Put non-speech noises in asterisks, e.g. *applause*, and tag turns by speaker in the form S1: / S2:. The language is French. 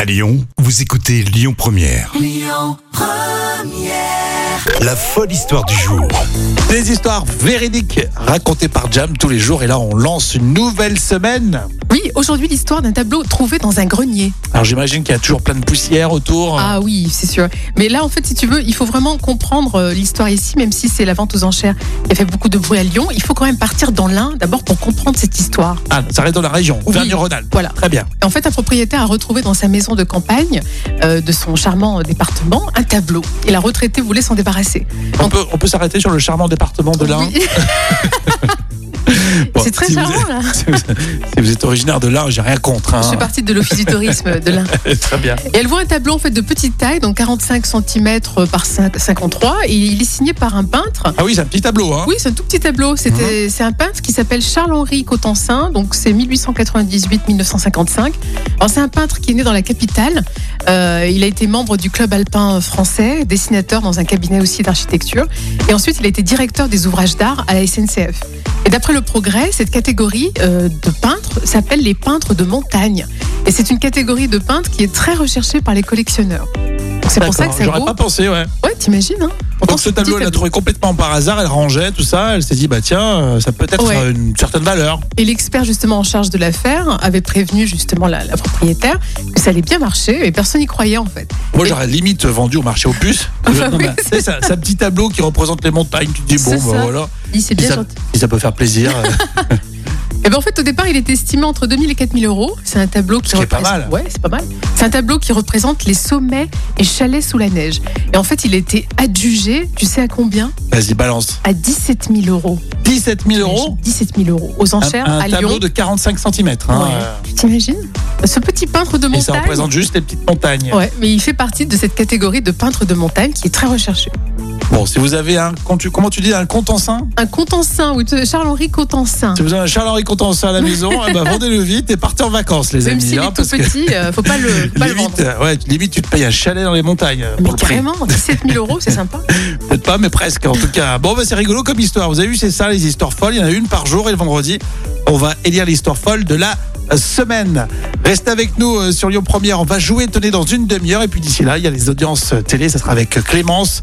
S1: À Lyon, vous écoutez Lyon Première. La folle histoire du jour.
S2: Des histoires véridiques racontées par Jam tous les jours et là on lance une nouvelle semaine.
S3: Oui, aujourd'hui l'histoire d'un tableau trouvé dans un grenier.
S2: Alors j'imagine qu'il y a toujours plein de poussière autour.
S3: Ah oui, c'est sûr. Mais là, en fait, si tu veux, il faut vraiment comprendre euh, l'histoire ici, même si c'est la vente aux enchères qui a fait beaucoup de bruit à Lyon. Il faut quand même partir dans l'Ain d'abord pour comprendre cette histoire.
S2: Ah, ça reste dans la région,
S3: Oui.
S2: vers Rhône-Alpes.
S3: Voilà.
S2: Très bien.
S3: En fait, un propriétaire a retrouvé dans sa maison de campagne euh, de son charmant euh, département un tableau. Et la retraitée voulait s'en débarrasser.
S2: On peut, on peut s'arrêter sur le charmant département de l'Ain.
S3: Oui.
S2: Bon,
S3: c'est très
S2: si vous
S3: charmant,
S2: êtes-
S3: là.
S2: si, vous, si vous êtes originaire de l'Ain, j'ai rien contre. hein.
S3: Je suis partie de l'office du tourisme
S2: *laughs*
S3: de l'Ain.
S2: très bien.
S3: Et elle voit un tableau en fait de petite taille, donc 45 cm par 5- 53, et il est signé par un peintre
S2: Ah oui, c'est un petit tableau. Hein. Mhm.
S3: Oui, c'est un tout petit tableau. C'était- C'est un peintre qui s'appelle Charles-Henri Cotensin. Donc, c'est 1898-1955. Alors, c'est un peintre qui est né dans la capitale. Euh, il a été membre du club alpin français, dessinateur dans un cabinet aussi d'architecture. Et ensuite, il a été directeur des ouvrages d'art à la SNCF. Et d'après le progrès, cette catégorie euh, de peintres s'appelle les peintres de montagne. Et c'est une catégorie de peintres qui est très recherchée par les collectionneurs. Donc, C'est pour ça que
S2: D'accord,
S3: c'est
S2: J'aurais
S3: beau.
S2: pas pensé, ouais.
S3: Ouais, t'imagines, hein Pourtant,
S2: Donc ce
S3: c'est un petit
S2: tableau, elle l'a trouvé complètement par hasard, elle rangeait tout ça, elle s'est dit, bah tiens, euh, ça peut être
S3: Ouais.
S2: euh, une certaine valeur.
S3: Et l'expert justement en charge de l'affaire avait prévenu justement la, la propriétaire que ça allait bien marcher et personne n'y croyait en fait.
S2: Moi, j'aurais limite vendu au marché aux
S3: *laughs*
S2: puces.
S3: Enfin, Ah bah oui,
S2: c'est ça, c'est un petit tableau qui représente les montagnes. Tu te dis, bon,
S3: C'est
S2: bah
S3: ça.
S2: voilà.
S3: Il s'est
S2: Si
S3: bien
S2: ça,
S3: gentil.
S2: si ça peut faire plaisir,
S3: *laughs*
S2: euh,
S3: Et ben en fait au départ il était estimé entre 2000 et 4000 euros. C'est un tableau qui
S2: Ce qui est pas
S3: représente-
S2: mal.
S3: Ouais, c'est pas mal. C'est un tableau qui représente les sommets et chalets sous la neige. Et en fait il était adjugé, tu sais à combien
S2: vas-y, balance.
S3: À 17 000 euros.
S2: 17 000 euros
S3: 17 000 euros aux
S2: Un,
S3: enchères
S2: un
S3: à
S2: tableau
S3: Lyon.
S2: de 45 cm.
S3: Ouais. Tu t'imagines Ce petit peintre de
S2: Et ça
S3: montagne.
S2: représente juste les petites montagnes.
S3: Ouais, mais il fait partie de cette catégorie de peintres de montagne qui est très recherchée.
S2: Bon, si vous avez un. quand tu- Comment tu dis Un Contensin
S3: Un Contensin, oui, Charles-Henri Contensin.
S2: Si vous avez un Charles-Henri Contensin à la *laughs* maison, eh ben, vendez-le vite et partez en vacances, les
S3: Même
S2: amis.
S3: s'il
S2: hein,
S3: est tout
S2: parce que
S3: petit, euh, faut pas le, faut pas le
S2: limite,
S3: vendre.
S2: euh, ouais, limite, tu te payes un chalet dans les montagnes. euh,
S3: Mais
S2: pour le prix.
S3: carrément, 17 000 euros, c'est sympa.
S2: Peut-être pas, mais presque en tout cas. Bon, bah, c'est rigolo comme histoire. Vous avez vu, c'est ça, les histoires folles. Il y en a une par jour et le vendredi, on va élire l'histoire folle de la euh, semaine. Restez avec nous euh, sur Lyon Première. On va jouer, tenez, dans une demi-heure. Et puis d'ici là, il y a les audiences télé. Ça sera avec Clémence